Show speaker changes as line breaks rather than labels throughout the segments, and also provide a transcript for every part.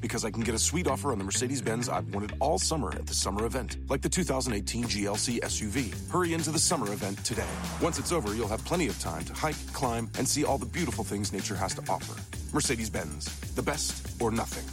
Because I can get a sweet offer on the Mercedes Benz I've wanted all summer at the summer event, like the 2018 GLC SUV. Hurry into the summer event today. Once it's over, you'll have plenty of time to hike, climb, and see all the beautiful things nature has to offer. Mercedes Benz, the best or nothing.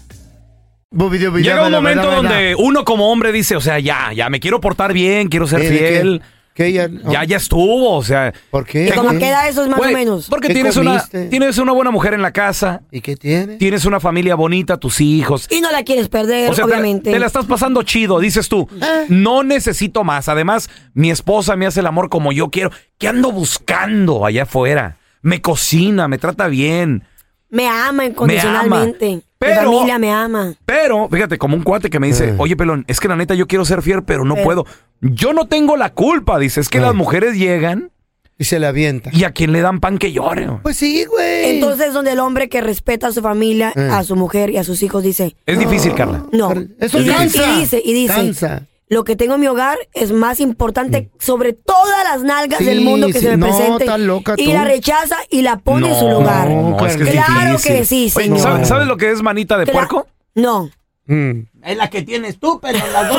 Llega un momento donde uno como hombre dice, o sea, ya, ya me quiero portar bien, quiero ser
Eh, ¿De qué?
fiel.
¿Qué? Ya,
Ya, ya estuvo, o sea.
¿Por qué?
¿Y cómo
¿Qué?
queda eso, más
güey,
o menos?
Porque
¿Qué
tienes una,
comiste?
tienes una buena mujer en la casa,
¿Y qué tiene?
tienes una familia bonita, tus hijos.
Y no la quieres perder,
O sea, te-
obviamente. Ah.
Te, la estás pasando chido, dices tú. No necesito más. Además, mi esposa me hace el amor como yo quiero. ¿Qué ando buscando allá afuera? Me cocina, me trata bien.
Me ama incondicionalmente.
Me ama, pero-
Mi familia me ama.
Pero, fíjate, como un cuate que me dice,
Eh.
oye, pelón, es que la neta yo quiero ser fiel, pero no
Eh.
puedo. Yo no tengo la culpa, dice. Es que
Eh.
las mujeres llegan
Y se le avienta.
y a quien le dan pan que llore.
Pues sí, güey.
Entonces, donde el hombre que respeta a su familia,
Eh.
a su mujer y a sus hijos dice,
Es difícil, Carla.
no.
Eso
y, dan-
cansa.
y dice, y dice,
Cansa.
lo que tengo en mi hogar es más importante sobre todas las nalgas
Sí,
del mundo que
sí.
se me
No,
presenten.
estás loca
y
tú.
la rechaza y la pone en su
No,
lugar.
no, es que es
claro
difícil.
que sí,
Oye,
señor.
¿sabe- ¿sabes, lo que es manita de
Cla-
puerco?
No.
Mm.
Es la que tienes tú, pero las dos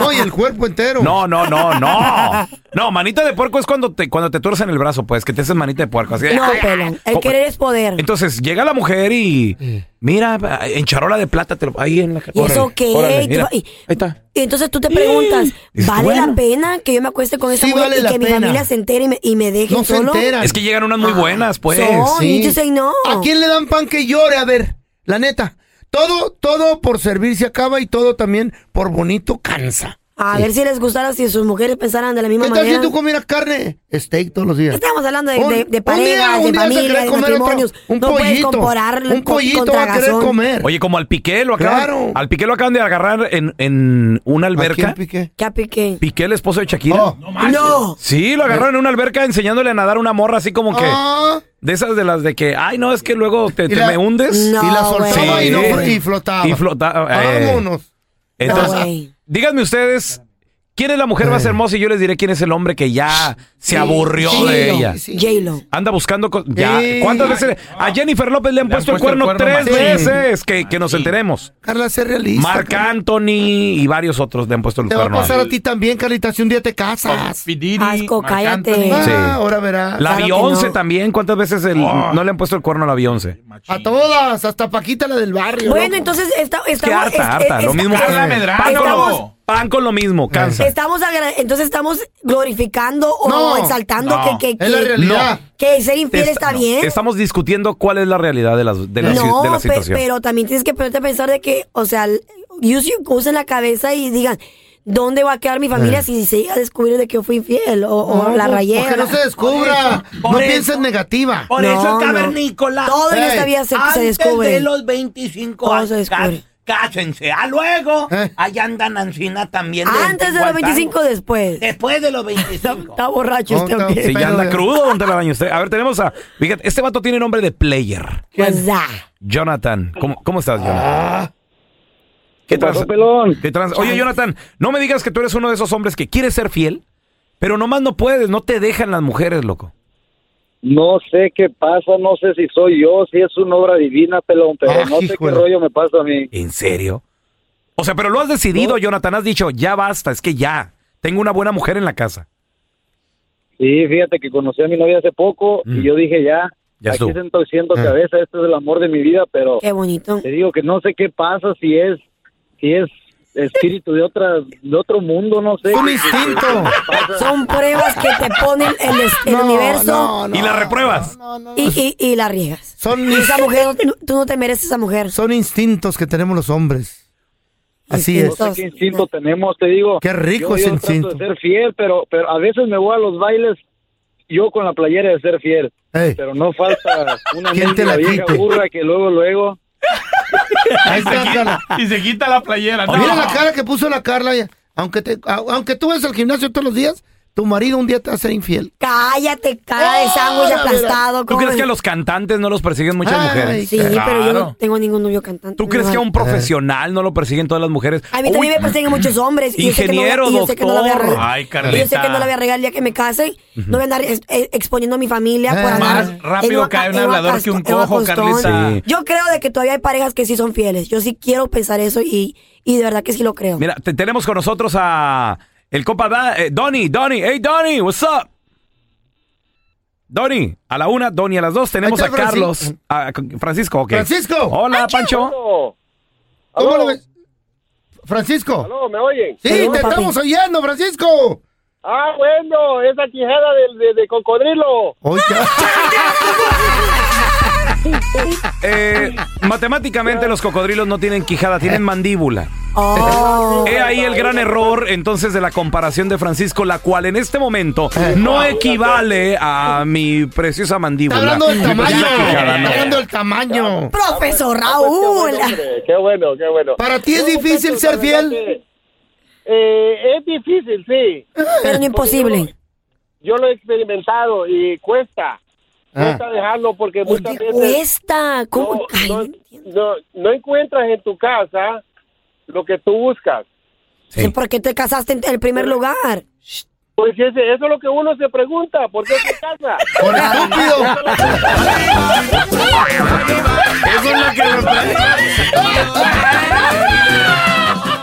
No, y el cuerpo entero.
No, no, no, no. No, manita de puerco es cuando te, cuando te tuercen el brazo, pues, que te hacen manita de puerco. Así,
No,
ay, ay,
pelón. El
como-
querer es poder.
Eh, Entonces llega la mujer
Eh.
y mira, en charola de plata, te lo- ahí en la
¿Y eso qué?
órale,
Y tú-
mira.
y-
ahí está.
Y entonces tú te preguntas,
Dices,
¿vale
bueno.
la pena que yo me acueste con esa
Sí,
mujer
vale
y
la
que mi
pena.
familia se entere y me, y me dejen
No se
solo?
enteran.
Es que llegan unas muy buenas, pues.
Son-
Sí.
you say no.
¿A quién le dan pan que llore? A ver, la neta. Todo, todo por servir se acaba y todo también por bonito cansa.
A ver si les gustara si sus mujeres pensaran de la misma
¿Qué tal si
manera.
tú comieras carne? Steak todos los días.
Estamos hablando de,
Un-
de, de
un
parejas,
día- un
de
día se
familias,
quiere
de
comer otro-
matrimonios.
un
no puedes
pollito,
compararlo
un pollito
con
va a querer
tragazón.
comer.
Oye, como al Piqué lo acaban,
Claro.
al Piqué lo acaban de agarrar en, en una
¿A
alberca.
quién piqué?
¿Qué apiqué?
Piqué, el esposo de Shakira.
Oh. No
No.
Sí, lo agarraron en una alberca enseñándole a nadar una morra así como que
Ah,
de esas de las de que, ay no, es que luego te, te
la- Mm.
me hundes.
No,
y la soltaba
güey.
y, no,
Sí.
y flotaba.
Y flotaba, eh.
Vámonos.
Entonces,
güey.
díganme ustedes, ¿quién es la mujer más hermosa? Y yo les diré quién es el hombre que ya se aburrió
sí,
de
no,
ella.
sí.
J-Lo.
Anda buscando. co- ya.
Sí.
¿Cuántas veces le- a Jennifer López le han, puesto, el cuerno, tres
machín.
veces? Que, que nos enteremos.
Carla, sé realista.
Marc
Carla.
Anthony y varios otros le han puesto el
Te va a
cuerno.
pasar a ti también, Carlita, si un día te casas.
Asco, cállate.
Ah,
Sí.
Ahora verás.
La
Claro que
Beyoncé
no.
también, ¿cuántas veces el-
Oh.
no le han puesto el cuerno a la Beyoncé?
A todas, hasta Paquita, la del barrio.
Bueno,
loco.
entonces esta,
Qué
estamos... es-
harta, harta.
es-
Lo mismo.
esta-
Pan con
Estamos-
lo, pan con lo mismo, cansa.
Estamos agra- entonces estamos glorificando o
No,
exaltando
no,
que, que,
es la
que-
realidad.
que ser infiel
Esta-
está
no,
bien.
Estamos discutiendo cuál es la realidad de, las, de, la,
no,
si- de la
pe-
situación.
pero también tienes que ponerte a pensar de que, o sea, l- use- usen la cabeza y digan, ¿dónde va a quedar mi
Eh.
familia si se llega a descubrir de que yo fui infiel o, o
No,
la
pues,
rayé?
Que no se descubra. no pienses negativa.
Por
No,
eso
no.
el cavernícola.
Todo en
Ey,
esta vida se, se
antes
descubre.
de los 25
Todo
años.
se descubre.
ca- Cásense. A luego.
Eh.
Allá andan Ancina también. de
Antes de los
24
25,
años.
después.
Después de los
Está,
25.
está borracho este usted,
No, está-
¿o qué?
Si ya
Pero-
anda crudo, ¿dónde la baña usted? A ver, tenemos a. Fíjate, este vato tiene nombre de player.
Pues da.
Jonathan. ¿Cómo, cómo estás, Jonathan? ¿Qué
pasó,
tranza?
pelón?
¿Qué tranza? Oye, Jonathan, no me digas que tú eres uno de esos hombres que quiere ser fiel, pero nomás no puedes, no te dejan las mujeres, loco.
No sé qué pasa, no sé si soy yo, si es una obra divina, pelón, pero
Ah,
no sé qué
híjole.
rollo me pasa a mí.
¿En serio? O sea, pero lo has decidido, Jonathan. Has dicho, ya basta, es que ya. Tengo una buena mujer en la casa.
Sí, fíjate que conocí a mi novia hace poco
Mm.
y yo dije
Ah.
ya,
Ya
aquí
estuvo.
estoy siento cabeza, este es el amor de mi vida, pero
Qué bonito.
te digo que no sé qué pasa si es, si es espíritu de otra, de otro mundo, no sé.
Es un instinto.
Son pruebas que te pone el, el- el
No,
universo
no, no.
¿Y la repruebas?
No, no, no.
Y, y- y la riegas.
Son,
Y esa mujer, no- tú no te mereces esa mujer.
son instintos que tenemos los hombres. Así es.
No sé qué instinto tenemos, te digo.
Qué rico
yo,
ese
yo trato
instinto.
de ser fiel, pero, pero a veces me voy a los bailes yo con la playera de ser fiel.
Ey,
Pero no falta una
¿Quién te
mendiga
la
vieja
quite?
burra que luego, luego...
ahí está, Carla.
Y se quita la playera.
Oh,
No.
Mira la cara que puso la Carla. Aunque, te, a- aunque tú vas al gimnasio todos los días, tu marido un día te va a ser infiel.
Cállate, cara de sándwich aplastado.
¿Tú
come.
crees que a los cantantes no los persiguen muchas
Ay,
mujeres?
Sí, pero yo no
Claro.
tengo ningún novio cantante.
¿Tú crees
No,
que a un profesional no lo persiguen todas las mujeres?
A mí también
Uy,
me persiguen muchos hombres. Y
Ingeniero,
yo sé que no, la- y yo sé que no la voy a
doctor.
regar-
Ay,
y yo sé que no la voy
Carlita.
a regar el día que me case. No voy a andar es- eh, exponiendo a mi familia
Eh,
por andar.
más rápido
en
cae un
en
hablador que un
castón- en
cojo,
costón.
Carlita.
Sí.
Yo creo de que todavía hay parejas que sí son fieles. Yo sí quiero pensar eso y, y de verdad que sí lo creo.
Mira, te- tenemos con nosotros a el compa Da- eh, Donny, Donny, hey Donny, what's up? Donny, a la una, Donny a las dos, tenemos a
Ahí está
Carlos, a a Francisco, ok. Oh.
Francisco.
Hola, Pancho.
¿Cómo
¿Cómo lo ves? Francisco.
¿Aló? ¿Me oyen?
Sí,
Saludos,
te
papi.
estamos oyendo, Francisco.
Ah, bueno, esa tijera de, de, de cocodrilo.
Hoy te-
Eh, matemáticamente los cocodrilos no tienen quijada, tienen mandíbula.
Oh.
He ahí el gran error entonces de la comparación de Francisco, la cual en este momento
Eh.
no equivale a mi preciosa
Está
mandíbula.
hablando del
Mi preciosa
tamaño.
quijada,
Está
no.
hablando del tamaño.
Profesor
Pues,
Raúl.
qué, bueno, hombre, qué bueno, qué bueno.
Para ti es
No,
difícil
muchachos,
ser
la verdad
fiel.
que, eh, es difícil, sí.
Pero no imposible.
Yo lo he experimentado y cuesta.
Ah,
Cuesta dejarlo porque
¿Por
muchas
qué
veces
cuesta?
no,
¿Cómo? Ay,
no-
no entiendo.
no- no encuentras en tu casa lo que tú buscas.
Sí.
¿Por qué te casaste en el primer lugar?
Pues ese- eso es lo que uno se pregunta, ¿por qué se casa?
Por estúpido. Eso es lo que nos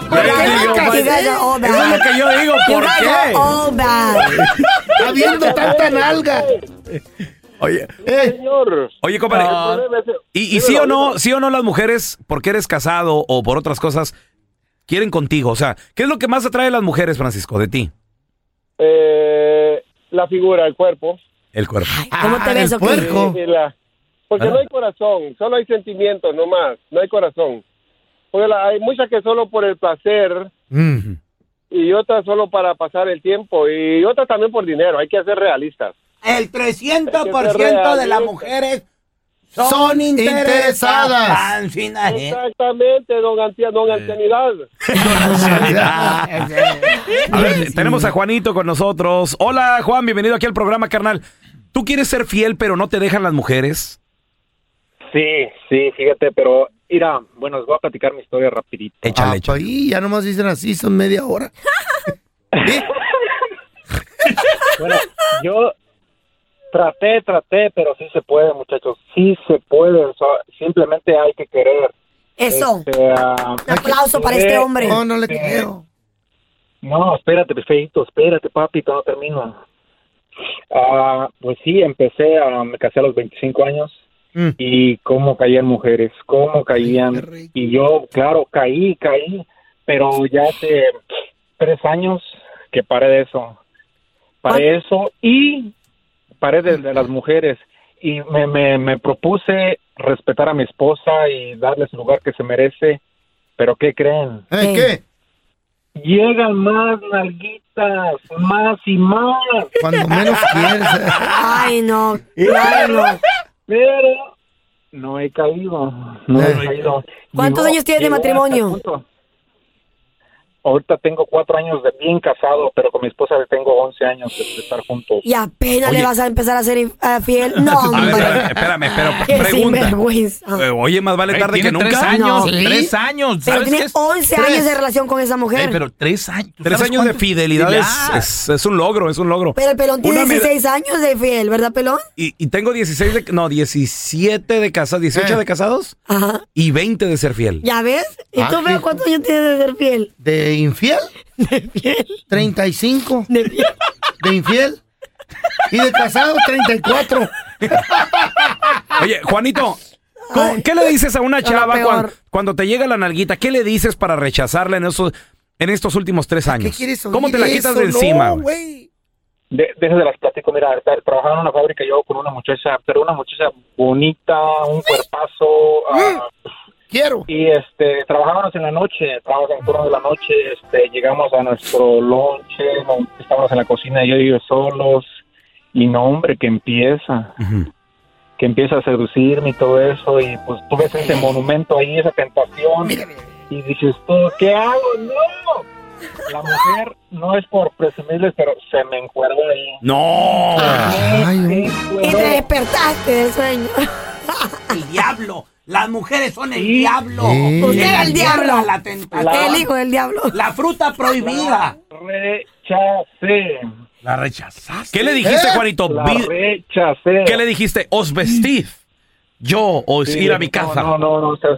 ¿Por
Yo
qué
digo,
te
pues,
casaste? Oh,
Eso es
bad.
lo que yo digo,
You
¿por
guys are
qué?
all Oh, bad.
está viendo tanta nalga.
Oye,
Eh,
Señor.
oye, compadre,
El problema es-
¿Y, y sí o no, sí o no las mujeres, porque eres casado o por otras cosas, quieren contigo? O sea, ¿qué es lo que más atrae a las mujeres, Francisco, de ti?
Eh, la figura, el cuerpo.
El cuerpo.
¿Cómo
Ah,
te
el
ves? o qué?
puerco.
Y la- porque
Ah.
no hay corazón, solo hay sentimientos nomás, no hay corazón. Porque la- hay muchas que solo por el placer
Mm.
y otras solo para pasar el tiempo y otras también por dinero, hay que ser realistas.
El
Es que es
300%
real,
de las
¿sí?
mujeres son,
Son interesadas.
interesadas. Ancina, eh.
Exactamente, don, Antia, don Ancianidad.
Eh.
A ver, tenemos a Juanito con nosotros. Hola, Juan, bienvenido aquí al programa, carnal. ¿Tú quieres ser fiel, pero no te dejan las mujeres?
Sí, sí, fíjate, pero mira, bueno, les voy a platicar mi historia rapidito.
Échale,
Ah,
échale.
ahí ya nomás dicen así, son media hora. ¿Eh?
Bueno, yo traté, traté, pero sí se puede, muchachos, sí se puede, o sea, simplemente hay que querer.
Eso.
Este, ah,
Un aplauso para este hombre.
Oh, No, no le creo.
No, espérate, feito, espérate, papi, todavía no termino. Ah, pues sí, empecé a, me casé a los 25 años
Mm.
y cómo caían mujeres, cómo
qué
caían.
rico.
Y yo, claro, caí, caí, pero ya hace tres años que paré de eso. Paré eso y paré de, de las mujeres. Y me, me, me propuse respetar a mi esposa y darle su lugar que se merece. Pero ¿qué creen?
¿Eh, ¿Qué?
Llegan más nalguitas, más y más.
Cuando menos quieres. eh,
Ay, no. Ay, no.
Pero no he caído. No he
Eh.
caído.
¿Cuántos
Llegó-
años tienes de
llegó hasta
matrimonio?
el punto. ahorita tengo cuatro años de bien casado, pero con mi esposa tengo 11 años de de estar juntos.
Y apenas
Oye.
le vas a empezar a ser inf- ah, fiel. No,
A ver, a ver,
hombre.
espérame, pero
Qué
pregunta.
sinvergüenza.
Eh, Oye, más vale
Ey,
tarde que
tiene
nunca.
tres
No.
años, tres años.
Pero
¿sabes qué
tiene
es?
11
Tres.
años de relación con esa
Ey,
mujer. pero,
pero tres años. ¿tú
Tres
sabes
años de
cuánto?
fidelidad es,
Ya.
es- es un logro, es un logro.
el pelón tiene
Una meda-
16 años de fiel, ¿verdad, pelón?
Y, y tengo 16 de, no, 17 de casados, 18
Eh.
de casados
Ajá.
y 20 de ser fiel.
¿Ya ves? ¿Y
Ah,
tú,
sí.
veo cuántos años tienes de ser fiel?
¿De infiel?
De fiel.
35.
De fiel.
¿De infiel? Y de casado, 34.
Oye, Juanito, ¿cómo- ¿qué le dices a una
lo
chava cuan-
peor.
cuando, te llega la nalguita? ¿Qué le dices para rechazarla en esos en estos últimos tres años?
¿Qué quieres oír
¿Cómo te la quitas
eso?
de
No,
encima? güey?
güey.
De, deja de las platico, mira, ahorita trabajaba en una fábrica yo con una muchacha, pero una muchacha bonita, un cuerpazo, ah,
Quiero.
y este, trabajábamos en la noche, trabajábamos en el turno de la noche, este, llegamos a nuestro lonche, no, estábamos en la cocina yo y yo solos, y no, hombre, que empieza,
Ujú.
que empieza a seducirme y todo eso, y pues tú ves ese monumento ahí, esa tentación, y dices tú, ¿qué hago? ¡No! La mujer, no es por presumirles, pero se me encuerda ahí.
No.
Ay, hombre.
Y te despertaste del sueño.
El diablo. Las mujeres son el
Sí.
diablo.
Sí.
Usted era el diablo.
La tentación.
La-
El hijo del diablo.
La fruta prohibida.
rechacé.
La rechazaste. ¿Qué le dijiste,
¿Eh?
Juanito?
La
Vi-
rechacé.
¿Qué le dijiste? Os vestid. Yo os
Sí,
ir a mi
no,
casa.
No, no, no, o sea,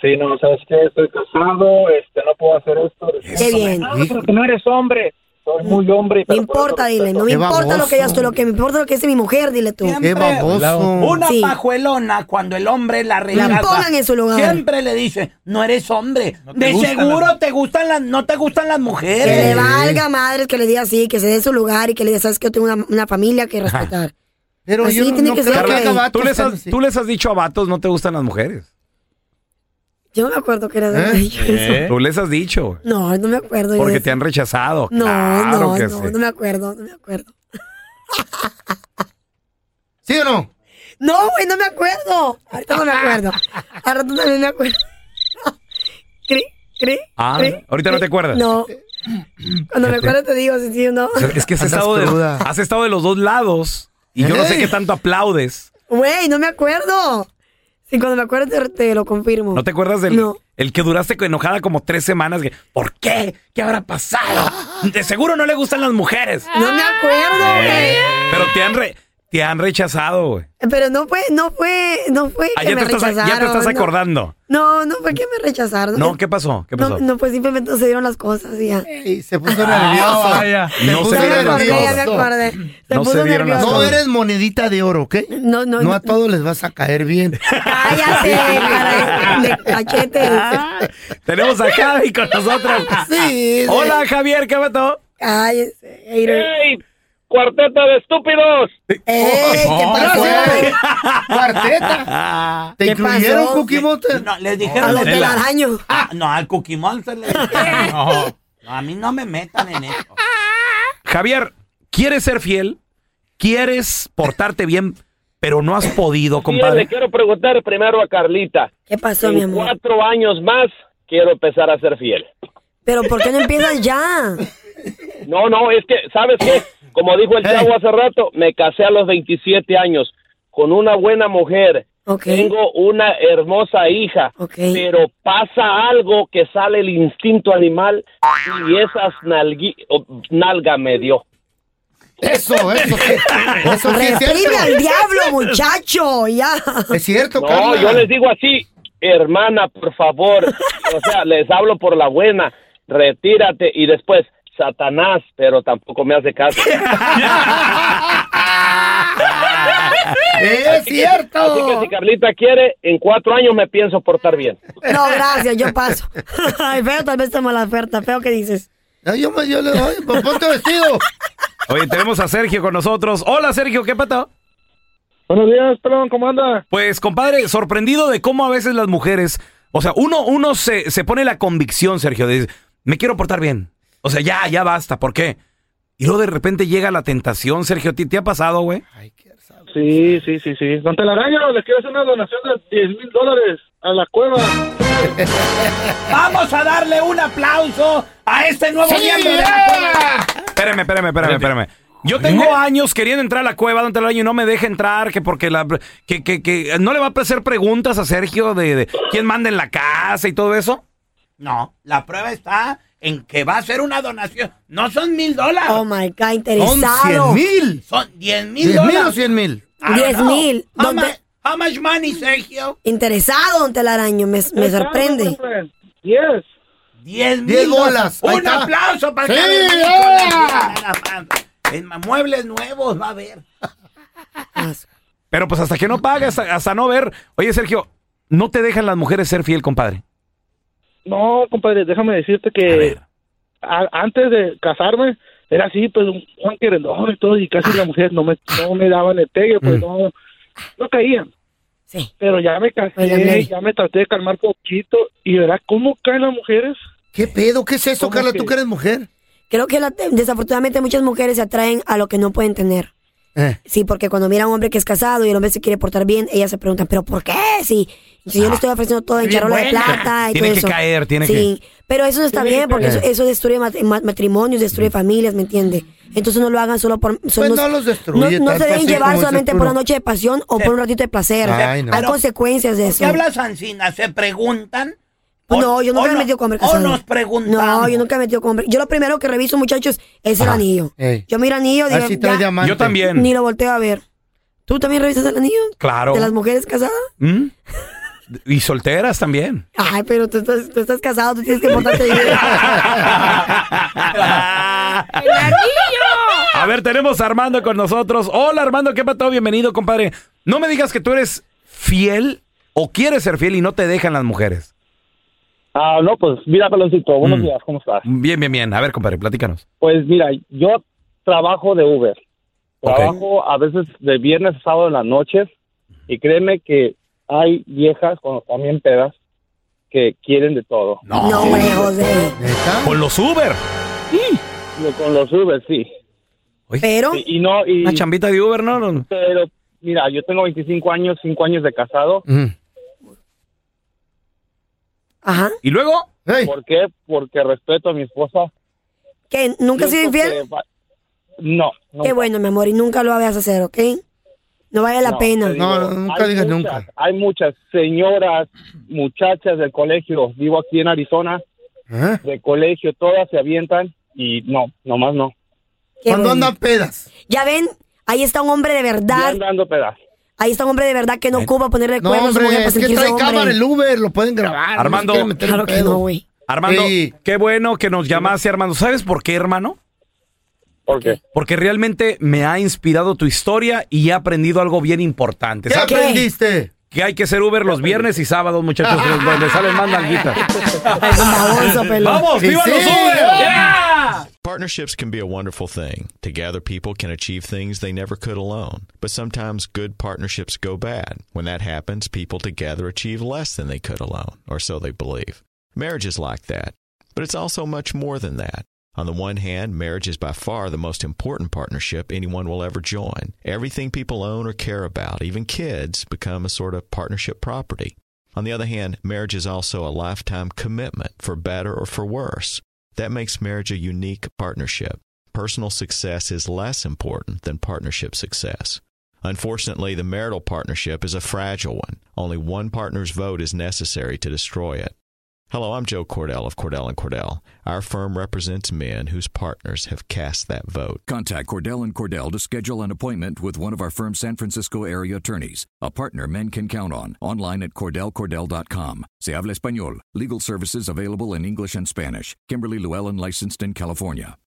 sí, no, sabes que estoy casado, este, no puedo hacer esto.
Qué bien.
No, pero que no eres hombre. Soy muy hombre.
Me
pero por
importa,
eso
dile. No
respeto.
me
Qué
importa lo que
baboso.
digas tú, lo que me importa lo que dice mi mujer, dile tú.
Siempre
Qué baboso.
Una
Sí.
pajuelona cuando el hombre la regaza.
pongan en su lugar.
Siempre le dice, no eres hombre.
te
de
gustan
seguro
las-
te gustan las, no te gustan las
Que
mujeres.
le valga madre que le diga así, que se dé su lugar y que le diga, sabes que yo tengo una, una familia que respetar.
Pero
Así
yo no-
Pues tiene
no
que ser,
creo
güey.
haga vatos
¿Tú les,
tan
has,
así.
tú les has dicho a vatos no te gustan las mujeres.
Yo no me acuerdo que era de
¿Eh?
ellos.
¿Eh?
Tú les has dicho.
No, no me acuerdo. yo de
Porque
eso.
te han rechazado.
No,
Claro
no,
que
no,
sí.
no me acuerdo, no me acuerdo.
¿Sí o no?
No, güey, no me acuerdo. Ahorita no me acuerdo. Al rato también me acuerdo. ¿Cri? ¿Cri?
Ah,
cri,
ahorita no
cri.
te acuerdas.
No. Cuando me acuerdo te digo si sí o no.
Es que has
Andas
estado, de,
cruda.
has estado de los dos lados y yo no sé
Ey.
qué tanto aplaudes.
Güey, no me acuerdo. Sí, cuando me acuerdo te, te lo confirmo.
¿No te acuerdas del
No.
el que duraste enojada como tres semanas? que, ¿Por qué? ¿Qué habrá pasado? De seguro no le gustan las mujeres.
No me acuerdo, güey.
Pero te han, re- te han rechazado, güey.
Pero no fue, no fue, no fue
Ah,
que
ya,
me
te estás- ya
rechazaron.
te estás
no.
acordando.
No, no fue que me rechazaron.
No, ¿qué pasó? ¿Qué pasó?
No, no, pues simplemente no se dieron las cosas y ya.
Ey, se puso
Ah,
nervioso.
vaya.
Se
No
puso
se
Ya me
dieron las
acordé, ya me
cosas.
acordé. Se
No se
puso
dieron las
nervioso.
No
cosas.
eres monedita de oro, ¿ok?
No, no,
No
no.
a todos les vas a caer bien.
Cállate, cara de de cachete.
Ah, Tenemos a Javi con nosotros.
Sí.
Hola, Javier, ¿qué pasó?
Cállese. Ey,
¡Ey! ¡Cuarteta de estúpidos!
¿qué pasó?
Gracias. Cuarteta. ¿Te
¿Qué
incluyeron,
pasó?
Cookie Monster?
No, les
A
dijeron
los
les-
telaraños.
Ah, no, al Cookie Monster le dijeron.
No.
No, a mí no me metan en eso.
Javier, ¿quieres ser fiel? ¿Quieres portarte bien? Pero no has podido, compadre.
quiero preguntar primero a Carlita.
¿Qué pasó, mi amor?
cuatro años más quiero empezar a ser fiel.
Pero ¿por qué no empiezas ya?
No, no, es que, ¿sabes qué? Como dijo el
Hey.
chavo hace rato, me casé a los 27 años con una buena mujer.
Ok.
Tengo una hermosa hija.
Ok.
Pero pasa algo que sale el instinto animal y esas nalgui, o- nalga me dio.
Eso, eso sí. Eso sí es
Reprime al
cierto.
diablo, muchacho. Ya.
Es cierto,
No,
Carla.
yo les digo así, hermana, por favor. O sea, les hablo por la buena. Retírate y después, Satanás, pero tampoco me hace caso.
Es
Así que
cierto.
si Carlita quiere, en cuatro años me pienso portar bien.
No, gracias, yo paso. Ay, feo, tal vez está mala oferta. Feo, ¿qué dices?
No, yo, me- yo le doy. pues, Ponte vestido.
Oye, tenemos a Sergio con nosotros. Hola, Sergio, ¿qué pasó?
Buenos días, perdón, ¿cómo anda?
Pues, compadre, sorprendido de cómo a veces las mujeres, o sea, uno, uno se, se pone la convicción, Sergio, de me quiero portar bien. O sea, ya, ya basta, ¿por qué? Y luego de repente llega la tentación, Sergio, ¿te, te ha pasado, güey?
Sí, sí, sí, sí. Don Telaraño, les quiero hacer una donación de 10 mil dólares a la cueva.
Vamos a darle un aplauso a este nuevo miembro de la cueva.
Espérame, espérame, espérame, espérame. Yo tengo años queriendo entrar a la cueva, don Telaraño, y no me deja entrar, que porque la, que, que, que no le va a hacer preguntas a Sergio de, de quién manda en la casa y todo eso.
No, la prueba está en que va a ser una donación. No son mil
Oh
dólares,
my God,
Son
interesado.
100 mil.
son diez mil
10 mil o
dólares.
100 mil.
I don't
10
know.
mil.
How,
¿Dónde-
mu- how much money, Sergio?
Interesado, don Telaraño, me, me sorprende.
Yes.
Diez
Diez
mil dólares.
bolas, ahí
Un
está.
aplauso para
Sí,
cada uno de
¡eh!
las- nada más. En muebles nuevos va a haber.
Pero pues hasta que no pagas, hasta, hasta no ver. Oye, Sergio, no te dejan las mujeres ser fiel, compadre.
No, compadre, déjame
Eh,
decirte
A
que
ver.
a- antes de casarme era así, pues un Juan querendón y todo, y casi la mujer no me, no me daban el pegue, pues no, no caían.
Sí.
Pero ya me
Oigan,
casé,
Mary.
ya me traté de calmar poquito, y verás cómo caen las mujeres.
¿Qué pedo? ¿Qué es eso,
¿Cómo
Carla?
que?
¿Tú que eres mujer?
Creo que la- desafortunadamente muchas mujeres se atraen a lo que no pueden tener.
Eh.
Sí, porque cuando mira a un hombre que es casado y el hombre se quiere portar bien, ellas se preguntan, ¿pero por qué? Si, si yo le estoy ofreciendo todo en
Bien
charola de
buena.
plata y
Ah, Tiene
todo
que
eso.
caer, tiene Eh.
sí, pero eso no está bien porque eso,
caer.
eso destruye mat- ma- matrimonios, destruye
Mm.
familias, ¿me entiende? Entonces no lo hagan solo por... solo
Pues no los destruye
No, no
tanto
se
así
deben llevar
como dices
solamente
tú,
por una
¿no?
noche de pasión o por un ratito de placer.
Ay, no.
Hay consecuencias de
¿Por
eso.
qué hablas Ancina? ¿Se preguntan? O-
No, yo
o
nunca me he
no-
metido con hombre
O
casado.
nos preguntamos.
No, yo nunca me he metido con hombre. Yo lo primero que reviso, muchachos, es el
Ajá.
anillo.
Ey.
Yo miro anillo, digo,
Así
ya,
trae diamante.
Yo también.
ni lo volteo a ver. ¿Tú también revisas el anillo?
Claro.
¿De las mujeres casadas?
¿Mm? Y solteras también.
Ay, pero tú estás, tú estás casado, tú tienes que portarte bien.
A ver, tenemos a Armando con nosotros. Hola, Armando, ¿qué pasó? Bienvenido, compadre. No me digas que tú eres fiel o quieres ser fiel y no te dejan las mujeres.
Ah, no, pues mira, Peloncito, buenos
Mm.
días, ¿cómo estás?
Bien, bien, bien. A ver, compadre, platícanos.
Pues mira, yo trabajo de Uber.
Ok.
Trabajo a veces de viernes a sábado en las noches. Y créeme que hay viejas, cuando también pedas, que quieren de todo.
No, hombre, José.
¿Neta?
Con los Uber.
Lo- Con los Uber, sí.
Pero,
Y, y no, y,
Una chambita de Uber, ¿no?
pero mira, yo tengo 25 años, 5 años de casado.
Mm.
ajá.
Y luego,
Ey,
¿Por qué? Porque respeto a mi esposa.
¿Qué? ¿Nunca has sido
Siento
infiel?
que va- No, no.
Qué bueno, mi amor, y nunca lo vayas a hacer, ¿ok? No vale la
No,
pena.
te digo,
No, nunca
hay
digas
muchas,
nunca.
Hay muchas señoras, muchachas del colegio, vivo aquí en Arizona,
¿eh?
de colegio, todas se avientan y no, nomás no.
Qué
Cuando
bueno.
andan pedas.
Ya ven, ahí está un hombre de
Ya
verdad.
andando pedazos.
Ahí está un hombre de verdad que no ocupa ponerle
No,
cuernos a su
hombre,
mujer para
es que
sentirse
trae
hombre.
cámara el Uber, lo pueden grabar. no
Armando.
se quieren meter en
Claro que
pedos.
no, güey.
Armando,
Sí.
qué bueno que nos llamaste, Armando. ¿Sabes por qué, hermano?
¿Por qué?
Porque realmente me ha inspirado tu historia y he aprendido algo bien importante.
¿Qué
¿Sabes?
aprendiste?
Que hay que ser Uber los viernes y sábados, muchachos, donde salen más nalguitas.
Es un baboso, pelón.
¡Vamos,
Sí,
viva los
sí.
Uber!
Partnerships can be a wonderful thing. Together, people can achieve things they never could alone. But sometimes good partnerships go bad. When that happens, people together achieve less than they could alone, or so they believe. Marriage is like that, but it's also much more than that. On the one hand, marriage is by far the most important partnership anyone will ever join. Everything people own or care about, even kids, become a sort of partnership property. On the other hand, marriage is also a lifetime commitment, for better or for worse. That makes marriage a unique partnership. Personal success is less important than partnership success. Unfortunately, the marital partnership is a fragile one. Only one partner's vote is necessary to destroy it. Hello, I'm Joe Cordell of Cordell and Cordell. Our firm represents men whose partners have cast that vote.
Contact Cordell and Cordell to schedule an appointment with one of our firm's San Francisco area attorneys, a partner men can count on. Online at cordellcordell.com. Se habla español. Legal services available in English and Spanish. Kimberly Llewellyn, licensed in California.